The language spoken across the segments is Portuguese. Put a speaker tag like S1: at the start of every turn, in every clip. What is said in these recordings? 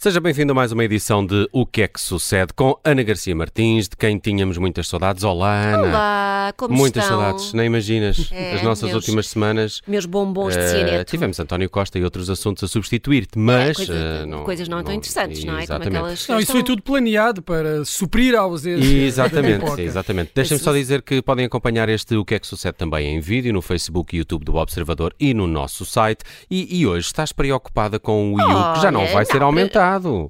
S1: Seja bem-vindo a mais uma edição de O que é que sucede com Ana Garcia Martins, de quem tínhamos muitas saudades. Olá, Ana.
S2: Olá, como
S1: é? Muitas
S2: estão?
S1: saudades, nem imaginas.
S2: É,
S1: As nossas
S2: meus-
S1: últimas semanas.
S2: Meus bombons de
S1: eh,
S2: cianeto. É,
S1: tivemos António Costa e outros assuntos a substituir-te, mas.
S2: coisa-
S1: eh, não,
S2: coisas não tão interessantes, não é? Como
S1: Exatamente.
S2: aquelas que
S3: Não, isso
S2: estão-
S3: foi tudo planeado para suprir a ausência. da
S1: Exatamente,
S3: pipoca.
S1: exatamente. Deixem-me só dizer que podem acompanhar este O que é que sucede também em vídeo no Facebook e YouTube do Observador e no nosso site. E, e hoje estás preocupada com o Wii U, que já não
S2: Olha,
S1: vai ser
S2: não,
S1: aumentado.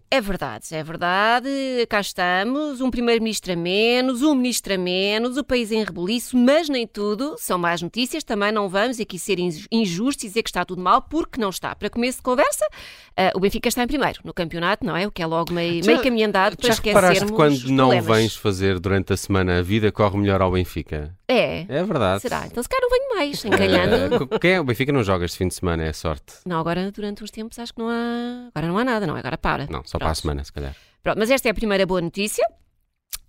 S2: É verdade, é verdade. Cá estamos, um primeiro-ministro a menos, um ministro a menos, o país em rebuliço, mas nem tudo são más notícias. Também não vamos aqui ser inju- injustos e dizer que está tudo mal, porque não está. Para começo de conversa, ah, o Benfica está em primeiro no campeonato, não é? O que é logo meio, meio caminho andado para
S1: já reparaste
S2: esquecermos
S1: que quando
S2: os
S1: não
S2: problemas.
S1: vens fazer durante a semana a vida corre melhor ao Benfica?
S2: É,
S1: É verdade.
S2: será? Então se calhar não venho mais, encalhando.
S1: Eh, co- Quem é? O Benfica não joga este fim de semana, é sorte.
S2: Não, agora durante uns tempos acho que não há. Agora não há nada, não. é? Agora para.
S1: Não, só para a
S2: Pronto.
S1: semana, se calhar.
S2: Pronto, mas esta é a primeira boa notícia.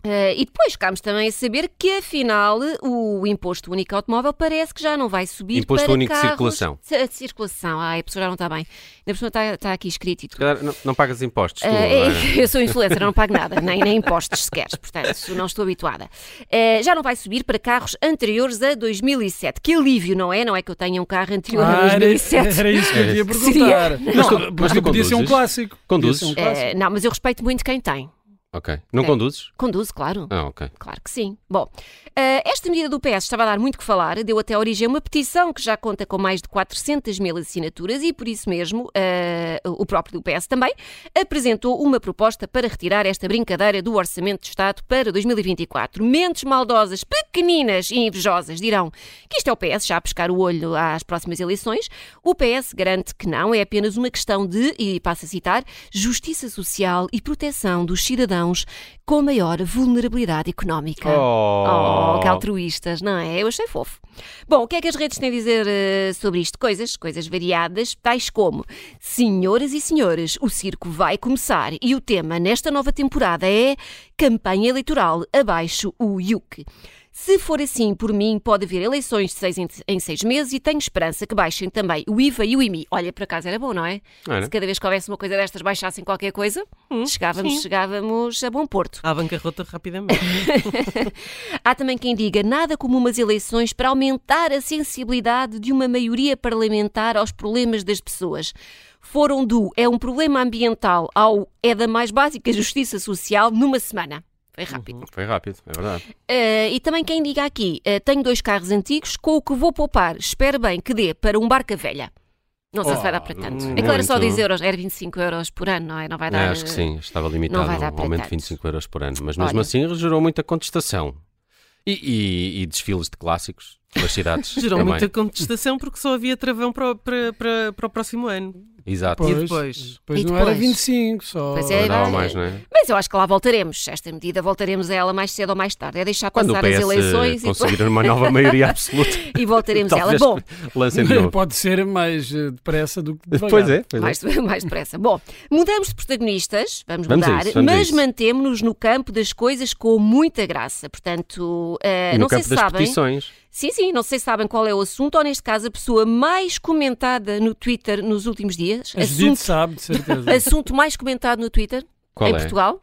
S2: Eh, e depois ficámos também a saber que, afinal, o imposto único automóvel parece que já não vai subir
S1: Imposto
S2: para
S1: único de
S2: carros-
S1: circulação.
S2: C- de circulação. Ai, a pessoa já não está bem. Ainda por cima está, está aqui escrito e
S1: Se
S2: tudo.
S1: calhar não, não é? pagas impostos, tu.
S2: Eh,
S1: Ana.
S2: eu sou influencer, não pago nada, nem, nem impostos sequer, portanto, não estou habituada. Eh, já não vai subir para carros anteriores a 2007. Que alívio, não é? Não é que eu tenha um carro anterior a
S3: Ah, era,
S2: 2007.
S3: era isso que eu
S1: É.
S3: ia
S2: Seria?
S3: perguntar.
S1: Mas tu-
S3: Não,
S1: mas tu
S3: porque podia ser um
S1: conduzes?
S3: clássico. Podia
S1: Conduzes?
S3: ser um clássico.
S2: Eh, não, mas eu respeito muito quem tem.
S1: Ok. Não
S2: É.
S1: conduzes?
S2: Conduzo, claro.
S1: Ah, ok.
S2: Claro que sim. Bom, eh, esta medida do PS estava a dar muito que falar, deu até origem a uma petição que já conta com mais de 400 mil assinaturas e, por isso mesmo, eh, o próprio do PS também apresentou uma proposta para retirar esta brincadeira do Orçamento de Estado para 2024. Mentes maldosas, pequeninas e invejosas dirão que isto é o PS já a pescar o olho às próximas eleições. O PS garante que não, é apenas uma questão de, e passo a citar, justiça social e proteção dos cidadãos com maior vulnerabilidade económica.
S1: Oh.
S2: Ah. Oh, que altruístas, não é? Eu achei fofo. Bom, o que é que as redes têm a dizer eh, sobre isto? Coisas, coisas variadas, tais como: Senhoras e senhores, o circo vai começar e o tema nesta nova temporada é Campanha Eleitoral Abaixo o IUC. Se for assim, por mim, pode haver eleições de seis em, em seis meses e tenho esperança que baixem também o IVA e o IMI. Olha, por acaso era bom, não é?
S1: Era.
S2: Se cada vez que houvesse uma coisa destas baixassem qualquer coisa, hum, chegávamos, chegávamos a bom porto.
S4: à bancarrota rapidamente.
S2: Há também quem diga nada como umas eleições para aumentar a sensibilidade de uma maioria parlamentar aos problemas das pessoas. Foram do é um problema ambiental ao é da mais básica justiça social numa semana. Foi rápido.
S1: Foi rápido, é verdade.
S2: Eh, e também quem diga aqui, eh, tenho dois carros antigos com o que vou poupar, espero bem que dê para um barca velha. Não sei se vai dar para tanto.
S1: Oh,
S2: Aquilo era só
S1: muito.
S2: 10 euros, é era 25 euros por ano, não é? Não vai dar.
S1: Ah, acho que
S2: eh,
S1: sim, estava limitado
S2: não vai dar
S1: a um
S2: para
S1: aumento de
S2: tanto.
S1: 25 euros por ano, mas mesmo
S2: Olha.
S1: assim gerou muita contestação. E, e- e desfiles de clássicos pelas cidades.
S4: Gerou
S1: também.
S4: muita contestação porque só havia travão para, o- para, para, para o próximo ano.
S1: Exato.
S4: Pois.
S1: Não
S4: E depois?
S3: Depois
S2: E
S3: não era
S2: depois?
S3: 25, só.
S2: Pois é,
S1: dava
S2: vai-
S1: mais, não é?
S2: Mas eu acho que lá voltaremos. Esta medida voltaremos a ela mais cedo ou mais tarde. É deixar
S1: Quando o
S2: passar as
S1: PS
S2: eleições e,
S1: conseguir uma nova maioria absoluta,
S2: e voltaremos a ela.
S1: talvez
S2: Bom,
S1: lancem de novo.
S3: Pode ser mais eh, depressa do que devagar.
S1: Pois é, pois é.
S2: mais, mais depressa. Bom, mudamos de protagonistas, vamos,
S1: Vamos a
S2: mudar,
S1: isso, vamos a
S2: mas
S1: isso.
S2: mantemos-nos no campo das coisas com muita graça. Portanto, eh,
S1: E no
S2: não sei
S1: campo
S2: se
S1: das
S2: sabem.
S1: petições.
S2: Sim, sim, não sei se sabem qual é o assunto, ou neste caso a pessoa mais comentada no Twitter nos últimos dias.
S3: A Judite
S2: Assunto,
S3: sabe, de certeza.
S2: assunto mais comentado no Twitter
S1: Qual
S2: em
S1: é?
S2: Portugal.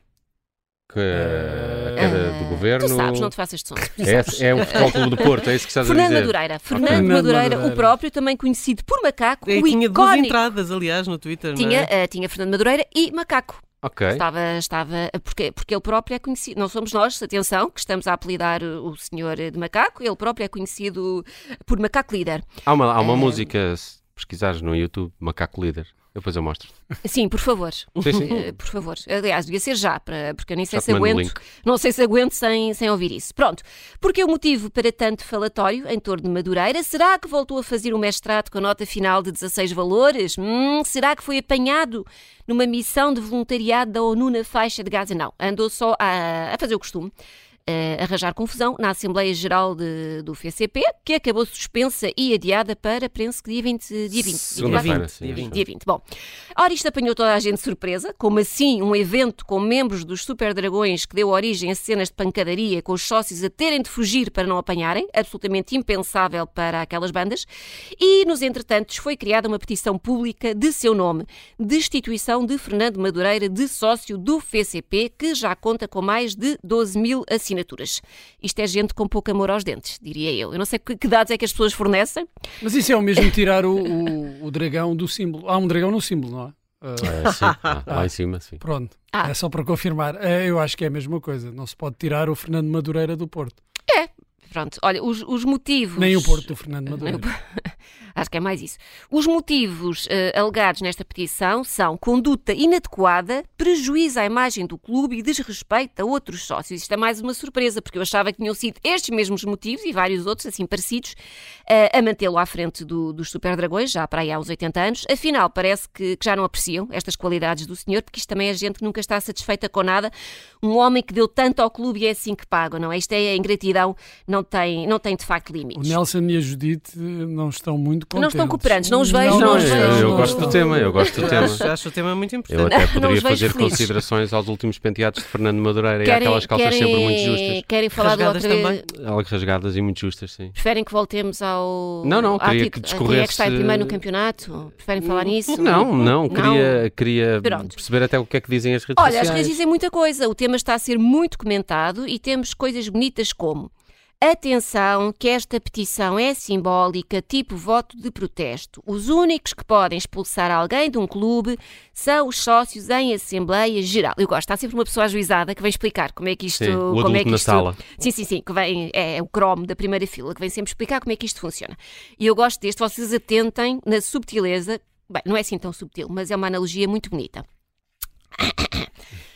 S1: Que eh, a queda
S2: Ah,
S1: do governo.
S2: Tu sabes, não te faças de sonhos.
S1: é, é o Futebol Clube do Porto, é isso que estás a
S2: Fernando
S1: dizer.
S2: Madureira. Fernando
S3: Fernando
S2: Madureira,
S3: Madureira.
S2: o próprio, também conhecido por Macaco,
S4: E
S2: o
S4: tinha duas
S2: icónico.
S4: entradas, aliás, no Twitter.
S2: Tinha,
S4: Não é?
S2: eh, tinha Fernando Madureira e Macaco.
S1: Ok.
S2: Estava, estava porque, porque ele próprio é conhecido. Não somos nós, atenção, que estamos a apelidar o o senhor de Macaco. Ele próprio é conhecido por Macaco Líder.
S1: Há uma, há uma
S2: Eh,
S1: música, se pesquisares no YouTube, Macaco Líder. Depois eu mostro.
S2: Sim, por favor.
S1: Sim, sim.
S2: Eh, por favor. Aliás, devia ser já, para, porque eu nem sei
S1: Já te
S2: se
S1: mando o
S2: aguento.
S1: link.
S2: Não sei se aguento sem, sem ouvir isso. Pronto. Porque é o motivo para tanto falatório em torno de Madureira? Será que voltou a fazer um mestrado com a nota final de 16 valores? Hum, será que foi apanhado numa missão de voluntariado da ONU na faixa de Gaza? Não. Andou só a, a fazer o costume. eh, arranjar confusão na Assembleia Geral de- do FCP, que acabou suspensa e adiada para, penso que dia 20, dia 20,
S1: Segunda-feira,
S2: 24.
S1: sim,
S2: Dia
S1: acho
S2: 20,
S1: eu.
S2: dia 20. Bom, ora, isto apanhou toda a gente de surpresa, como assim um evento com membros dos Super Dragões que deu origem a cenas de pancadaria com os sócios a terem de fugir para não apanharem, absolutamente impensável para aquelas bandas, e nos entretantos foi criada uma petição pública de seu nome, destituição de Fernando Madureira de sócio do FCP, que já conta com mais de 12 mil assinaturas. Isto é gente com pouco amor aos dentes, diria eu. Eu não sei que que dados é que as pessoas fornecem,
S3: Mas isso é o mesmo tirar o, o- o dragão do símbolo. Há um dragão no símbolo, não é? Ah,
S1: É, sim, lá, lá em cima, sim.
S3: pronto,
S2: Ah.
S3: é só para confirmar. É, eu acho que é a mesma coisa. Não se pode tirar o Fernando Madureira do Porto.
S2: Pronto, olha, os, os motivos.
S3: Nem o Porto do Fernando
S2: Nem
S3: Madureira.
S2: o Acho que é mais isso. Os motivos eh, alegados nesta petição são conduta inadequada, prejuízo à imagem do clube e desrespeito a outros sócios. Isto é mais uma surpresa, porque eu achava que tinham sido estes mesmos motivos e vários outros, assim parecidos, eh, a mantê-lo à frente do- dos Super Dragões, já para aí há uns 80 anos. Afinal, parece que, que já não apreciam estas qualidades do senhor, porque isto também é gente que nunca está satisfeita com nada. Um homem que deu tanto ao clube e é assim que pagam, não é? Isto é a ingratidão, não tem, não tem de facto
S3: O
S2: limites.
S3: Nelson e a Judite não estão muito contentes.
S2: Não estão cooperantes, não os vejo,
S1: Não,
S2: os
S1: eu,
S2: vejo.
S1: eu
S2: não,
S1: gosto
S2: não.
S1: do tema, eu gosto do
S4: Eu
S1: tema.
S4: acho, acho o tema muito
S1: Eu
S4: importante.
S1: até
S2: Não, não
S1: poderia
S2: os vejo
S1: fazer
S2: felizes.
S1: considerações aos últimos penteados de Fernando Madureira e aquelas calças sempre muito justas.
S2: Querem falar do
S4: Rasgadas
S2: outra vez?
S4: também?
S1: Elas rasgadas e muito justas, sim.
S2: Preferem que voltemos ao.
S1: Não, não,
S2: à
S1: queria
S2: atitude-
S1: que
S2: a Quem é que está em
S1: discorresse- Hum,
S2: primeiro no campeonato? Preferem falar nisso? é?
S1: Não, não, queria, queria
S2: Pronto.
S1: perceber até o que é que dizem as redes
S2: Olha, as
S1: sociais.
S2: redes dizem muita coisa. O tema está a ser muito comentado e temos coisas bonitas como. Atenção, que esta petição é simbólica, tipo voto de protesto. Os únicos que podem expulsar alguém de um clube são os sócios em Assembleia Geral. Eu gosto, há sempre uma pessoa ajuizada que vem explicar como é que isto.
S1: Sim, o
S2: como é
S1: adulto
S2: que
S1: na
S2: isto-
S1: sala.
S2: Sim, sim, sim, que vem, é, o cromo da primeira fila, que vem sempre explicar como é que isto funciona. E eu gosto deste, vocês atentem na subtileza. Bem, não é assim tão subtil, mas é uma analogia muito bonita.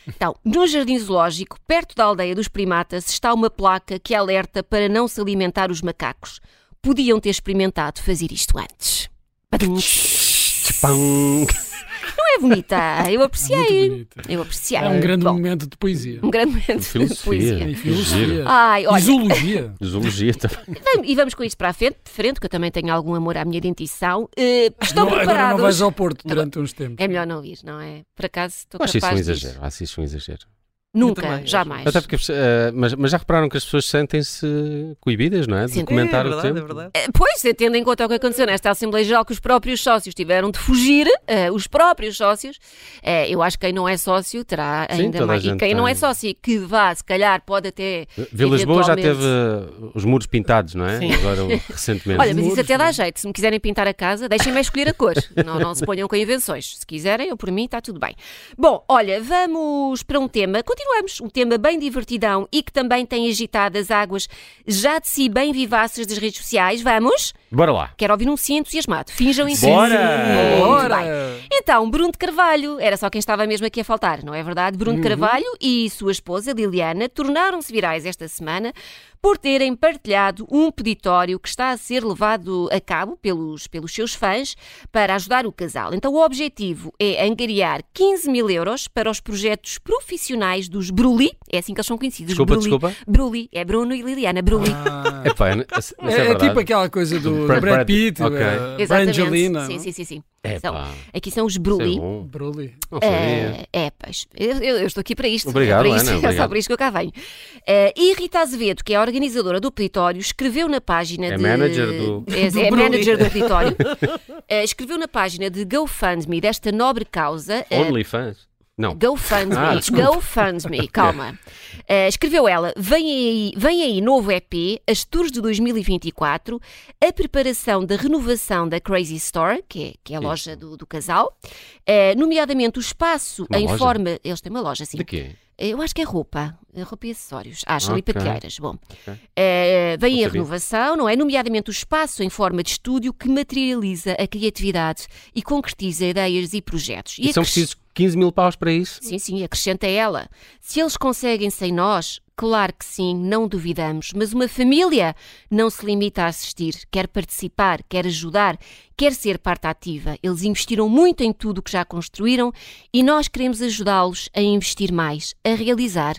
S2: Então, no jardim zoológico, perto da aldeia dos primatas, está uma placa que alerta para não se alimentar os macacos. Podiam ter experimentado fazer isto antes. Padum.
S1: Pão.
S2: Não é bonita? Eu
S3: Muito
S2: apreciei.
S3: bonito.
S2: Eu apreciei.
S3: É um grande
S2: Bom,
S3: momento de poesia.
S2: um grande momento de poesia.
S1: Filosofia.
S3: E filosofia.
S2: Ai,
S3: E
S2: Ah, olha,
S3: zoologia.
S1: Zoologia também.
S2: Vamos- E vamos com isto para a frente, de frente, que eu também tenho algum amor à minha dentição. Eh, estão
S3: Não, agora não
S2: preparados?
S3: vais ao Porto durante uns tempos.
S2: É melhor não ir, não é? Por acaso estou
S1: Eu acho isso um
S2: capaz disso.
S1: exagero. Acho isso um exagero.
S2: Nunca,
S4: Eu também acho.
S2: jamais.
S1: Até porque, eh, mas, mas já repararam que as pessoas sentem-se coibidas, não é? De
S2: Sim.
S1: comentar
S4: é
S1: o
S4: verdade,
S1: tempo.
S4: é verdade.
S2: Eh, Pois, tendo em conta o que aconteceu nesta Assembleia Geral, que os próprios sócios tiveram de fugir, eh, os próprios sócios, eh, eu acho que quem não é sócio terá
S1: Sim,
S2: ainda
S1: toda a
S2: mais. E quem
S1: gente
S2: não é
S1: tem.
S2: sócio e que vá, se calhar, pode até.
S4: é
S1: Vila Lisboa já teve
S2: Eventualmente.
S1: eh, os muros pintados, não é?
S4: Sim.
S1: Agora, recentemente.
S2: Olha, mas
S3: muros,
S2: isso até dá
S3: não é?
S2: jeito. Se me quiserem pintar a casa, deixem-me é escolher a cor. não, não se ponham com invenções. Se quiserem, eu por mim está tudo bem. Bom, olha, vamos para um tema. Continuamos. Um tema bem divertidão e que também tem agitado as águas já de si bem vivaces das redes sociais. Vamos?
S1: Bora lá.
S2: Quero ouvir um sim entusiasmado. Finjam em
S1: Bora!
S2: É Muito bem.
S3: Bora!
S2: Então, Bruno de Carvalho, era só quem estava mesmo aqui a faltar, não é verdade? Bruno
S1: Uhum.
S2: de Carvalho e sua esposa Liliana tornaram-se virais esta semana por terem partilhado um peditório que está a ser levado a cabo pelos, pelos seus fãs para ajudar o casal. Então, o objetivo é angariar 15 mil euros para os projetos profissionais dos Bruli, é assim que eles são conhecidos.
S1: Desculpa,
S2: Bruli,
S1: desculpa.
S2: Bruli, é Bruno e Liliana, Bruli.
S3: Ah.
S1: Epá, é, isso é,
S3: É, é
S1: verdade.
S3: tipo aquela coisa do, do
S1: Brad
S3: Brad,
S1: Pitt,
S3: Pitt,
S1: ok.
S3: okay.
S2: Exatamente.
S3: Brangelina.
S2: Sim, sim, sim, sim. São-
S1: é? Epá,
S2: aqui são os
S1: isso é
S2: Bruli.
S1: bom.
S3: Broly.
S1: Não sabia.
S2: É, é, pois. Eu, eu- eu estou aqui para isto.
S1: Obrigado,
S2: é para isto,
S1: Ana,
S2: É só
S1: obrigado.
S2: para isto que eu cá venho. Eh, e Rita Azevedo, que é a organizadora do peditório, escreveu na página
S1: É
S2: de.
S1: manager do-
S2: É,
S4: Do
S2: é
S4: Bruli.
S2: manager do peditório. Eh, escreveu na página de GoFundMe desta nobre causa. eh,
S1: OnlyFans? Não.
S2: GoFundMe,
S1: Ah, desculpa.
S2: GoFundMe, calma. Eh, escreveu ela: vem aí, vem aí novo EP, as tours de 2024, a preparação da renovação da Crazy Store, que é, que é a loja do, do casal, eh, nomeadamente o espaço
S1: Uma
S2: em
S1: loja?
S2: forma. Eles têm uma loja, sim.
S1: De quê?
S2: Eu acho que é roupa, eh, roupa e acessórios. Acho, ali
S1: Ok.
S2: patilheiras. Bom,
S1: Ok.
S2: Eh, vem
S1: Não
S2: a
S1: sabia.
S2: renovação, não é? Nomeadamente o espaço em forma de estúdio que materializa a criatividade e concretiza ideias e projetos.
S1: E são
S2: acres-
S1: precisos 15 mil paus para isso?
S2: Sim, sim, acrescenta ela. Se eles conseguem sem nós, claro que sim, não duvidamos. Mas uma família não se limita a assistir, quer participar, quer ajudar, quer ser parte ativa. Eles investiram muito em tudo o que já construíram e nós queremos ajudá-los a investir mais, a realizar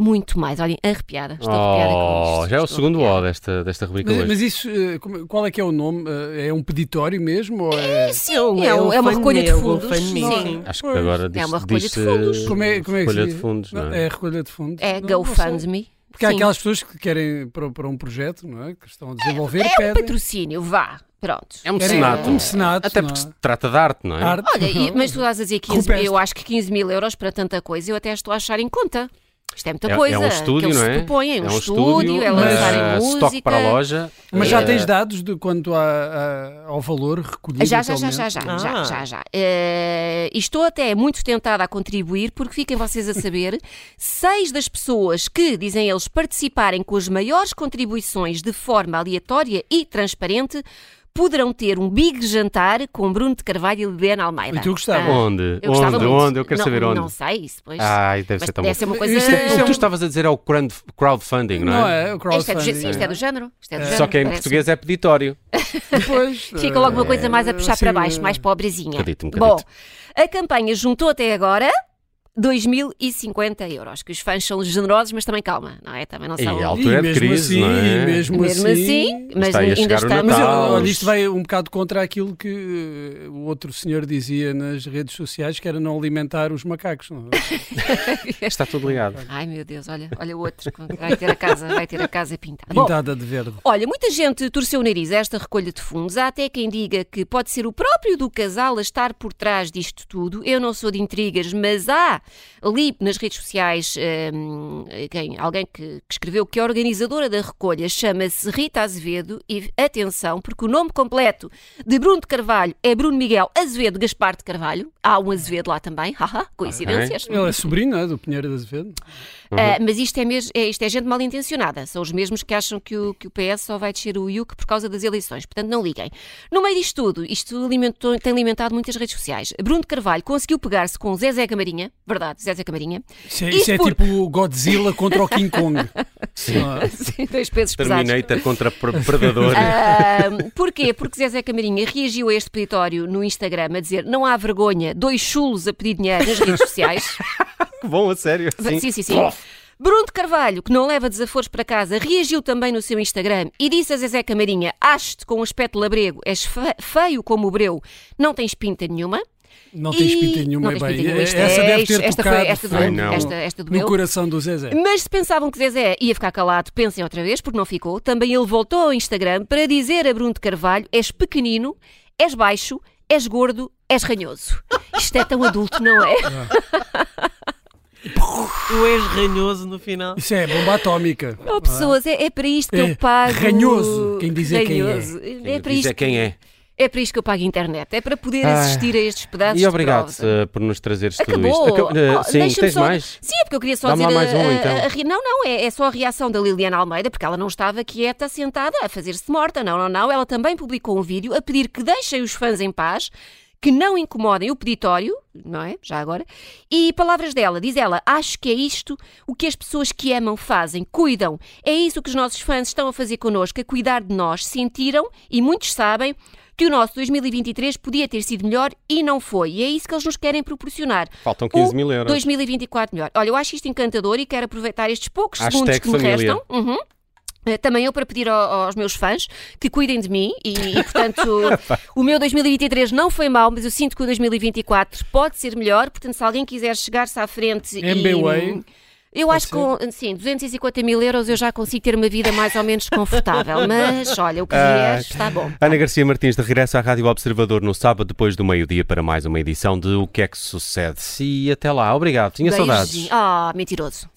S2: muito mais. Olhem, arrepiada. Estou arrepiada com
S1: Oh,
S2: isto.
S1: já é o
S2: Estou
S1: segundo
S2: arrepiada.
S1: O desta, desta rubrica
S3: Mas,
S1: hoje.
S3: mas isso, eh, como- qual é que é o nome? Eh, É um peditório mesmo? Ou é...
S2: Sim, é, um- é uma recolha de fundos. Sim.
S1: Acho que
S3: Pois.
S1: agora
S2: É
S1: diz,
S2: uma recolha de
S1: diz-se
S2: fundos.
S3: Como é, como é que
S1: recolha
S3: se
S1: de
S3: diz?
S1: fundos, não,
S3: Não,
S1: é?
S3: a recolha de fundos.
S2: É
S3: Não- não sei.
S2: GoFundMe.
S3: Porque há
S2: Sim.
S3: aquelas pessoas que querem para, para um projeto, não é? Que estão a desenvolver, pedem.
S2: um Patrocínio, vá. Pronto.
S1: É um
S3: Querem
S1: senato.
S3: um mecenato,
S1: Até
S3: não
S1: porque
S3: é?
S1: se trata de arte, não é?
S3: Arte,
S2: Olha, e-
S3: não é?
S2: mas tu estás a dizer 15 mil,
S3: Rupestre.
S2: eu acho que 15 mil euros para tanta coisa, eu até estou a achar em conta. Isto é muita
S1: É-
S2: coisa.
S1: é um estúdio,
S2: que eles
S1: não é?
S2: se propõem,
S1: é
S2: um, estúdio, é
S3: mas-
S2: lançarem
S1: eh,
S2: música.
S1: Estoque para a loja.
S3: Mas já
S1: eh,
S3: tens dados de quanto à- à- ao valor recolhido?
S2: Já, já, já,
S3: atualmente?
S2: já, já,
S4: Ah.
S2: já, já, já. Eh, e estou até muito tentada a contribuir, porque fiquem vocês a saber, seis das pessoas que, dizem eles, participarem com as maiores contribuições de forma aleatória e transparente, poderão ter um big jantar com Bruno de Carvalho e Liliana Almeida.
S3: E tu gostava?
S2: Ah,
S1: Onde?
S2: eu gostava
S1: onde?
S2: muito.
S1: Onde? Eu quero
S2: Não-
S1: saber onde. Ah,
S2: Não sei, isso depois.
S1: Ai, deve
S2: Mas
S1: ser tão bom.
S2: deve ser uma coisa.
S3: Isso é- isso
S1: O que
S3: é
S1: tu
S3: um-
S1: estavas a dizer é o crowd- crowdfunding, não é?
S3: Não é? O
S2: Isto é, do,
S3: crowdfunding.
S2: sim, isto é do género. Isto é do género
S1: Só que em
S2: parece.
S1: português eh, é peditório.
S3: Depois,
S2: Fica logo uma coisa mais a puxar
S3: assim,
S2: para baixo, mais pobrezinha.
S1: Acredito, um
S2: Bom,
S1: bocadito.
S2: a campanha juntou até agora 2.050 euros, que os fãs são generosos, mas também calma, não é? Também não
S1: E
S2: são...
S1: a
S3: E
S1: altura é de
S3: mesmo
S1: crise,
S3: assim,
S1: não é?
S3: e mesmo,
S2: Mesmo assim, mas
S1: Está aí a
S2: ainda
S1: chegar o
S2: estamos...
S3: Mas
S1: Natal.
S3: olha, olha,
S1: os-
S3: isto vai um bocado contra aquilo que eh, o outro senhor dizia nas redes sociais, que era não alimentar os macacos. Não é?
S1: Está tudo ligado.
S2: Ai meu Deus, olha, olha o outro, vai ter a casa, vai ter a casa pintada. Bom,
S3: Pintada de verde.
S2: Olha, muita gente torceu o nariz a esta recolha de fundos. Há até quem diga que pode ser o próprio do casal a estar por trás disto tudo. Eu não sou de intrigas, mas há ali nas redes sociais hum, quem- alguém que, que escreveu que a organizadora da recolha chama-se Rita Azevedo. E atenção, porque o nome completo de Bruno de Carvalho é Bruno Miguel Azevedo Gaspar de Carvalho. Há um Azevedo lá também, haha, coincidências.
S3: Ele é sobrinho, não é? Do Pinheiro das Azevedo.
S2: Ah, mas isto é, mesmo, é- isto é gente mal intencionada. São os mesmos que acham que o, que o PS só vai descer o IUC por causa das eleições. Portanto, não liguem. No meio disto tudo, isto alimentou- tem alimentado muitas redes sociais. Bruno de Carvalho conseguiu pegar-se com Zezé Camarinha. Verdade, Zezé Camarinha.
S3: Isso é,
S2: Isto
S3: isso é
S2: por-
S3: tipo o Godzilla contra o King Kong. Não é?
S2: Sim, dois pesos pesados.
S1: Terminator contra pre- Predador.
S2: Ah. Ahm, porquê? Porque Zezé Camarinha reagiu a este peditório no Instagram a dizer não há vergonha, dois chulos a pedir dinheiro nas redes sociais.
S1: Que bom, a sério.
S2: Sim, sim, sim. Bruno de Carvalho, que não leva desaforos para casa, reagiu também no seu Instagram e disse a Zezé Camarinha: Acho-te com um aspecto labrego, és fe- feio como o breu, não tens pinta nenhuma.
S3: Não tens
S2: E-
S3: pinta nenhuma.
S2: Não tens
S3: bem,
S2: pinta nenhuma. Isto
S3: Essa
S2: é-
S3: deve ter
S2: esta foi-
S3: tocado
S2: esta do-
S1: Ai, não.
S2: esta- esta do
S3: no
S2: meu.
S3: coração do Zezé.
S2: Mas se pensavam que Zezé ia ficar calado, pensem outra vez, porque não ficou. Também ele voltou ao Instagram para dizer a Bruno de Carvalho: És pequenino, és baixo, és gordo, és ranhoso. Isto é tão adulto, não é?
S4: Tu és ranhoso no final.
S3: Isso é bomba atómica.
S2: Oh, pessoas, é, é para isto que
S3: É
S2: eu pago.
S3: ranhoso, quem diz é quem é.
S2: Ranhoso. É para
S1: Diz
S2: isto
S1: é quem é.
S2: É para isto que eu pago a internet, é para poder
S1: Ah,
S2: assistir a estes pedaços
S1: E
S2: de
S1: obrigado
S2: provas.
S1: eh, por nos trazeres tudo
S2: Acabou.
S1: isto. Acab- eh,
S2: Oh,
S1: sim,
S2: deixa-me
S1: tens
S2: só-
S1: mais?
S2: Sim, é porque eu queria só
S1: Dá-me lá
S2: dizer.
S1: mais
S2: a-
S1: um,
S2: a-
S1: então.
S2: a re- não, não, é, é só a reação da Liliana Almeida, porque ela não estava quieta, sentada, a fazer-se morta. Não, não, não. Ela também publicou um vídeo a pedir que deixem os fãs em paz, que não incomodem o peditório, não é? Já agora. E palavras dela, diz ela: Acho que é isto o que as pessoas que amam fazem, cuidam. É isso que os nossos fãs estão a fazer connosco, a cuidar de nós. Sentiram, e muitos sabem, que o nosso 2023 podia ter sido melhor e não foi. E é isso que eles nos querem proporcionar.
S1: Faltam 15
S2: O
S1: mil euros.
S2: 2024 melhor. Olha, eu acho isto encantador e quero aproveitar estes poucos
S1: Hashtag
S2: segundos que me
S1: família.
S2: restam. Uhum. Eh, Também eu para pedir ao- aos meus fãs que cuidem de mim e, e, portanto, o meu 2023 não foi mau, mas eu sinto que o 2024 pode ser melhor. Portanto, se alguém quiser chegar-se à frente
S3: MBWay,
S2: e... Eu acho que com sim, 250 mil euros eu já consigo ter uma vida mais ou menos confortável, mas olha, o que vier
S1: Ah,
S2: está bom.
S1: Ana Garcia Martins de regresso à Rádio Observador no sábado, depois do meio-dia, para mais uma edição de O que é que sucede. E até lá, obrigado. Tinha
S2: Beijinho.
S1: saudades.
S2: Ah, mentiroso.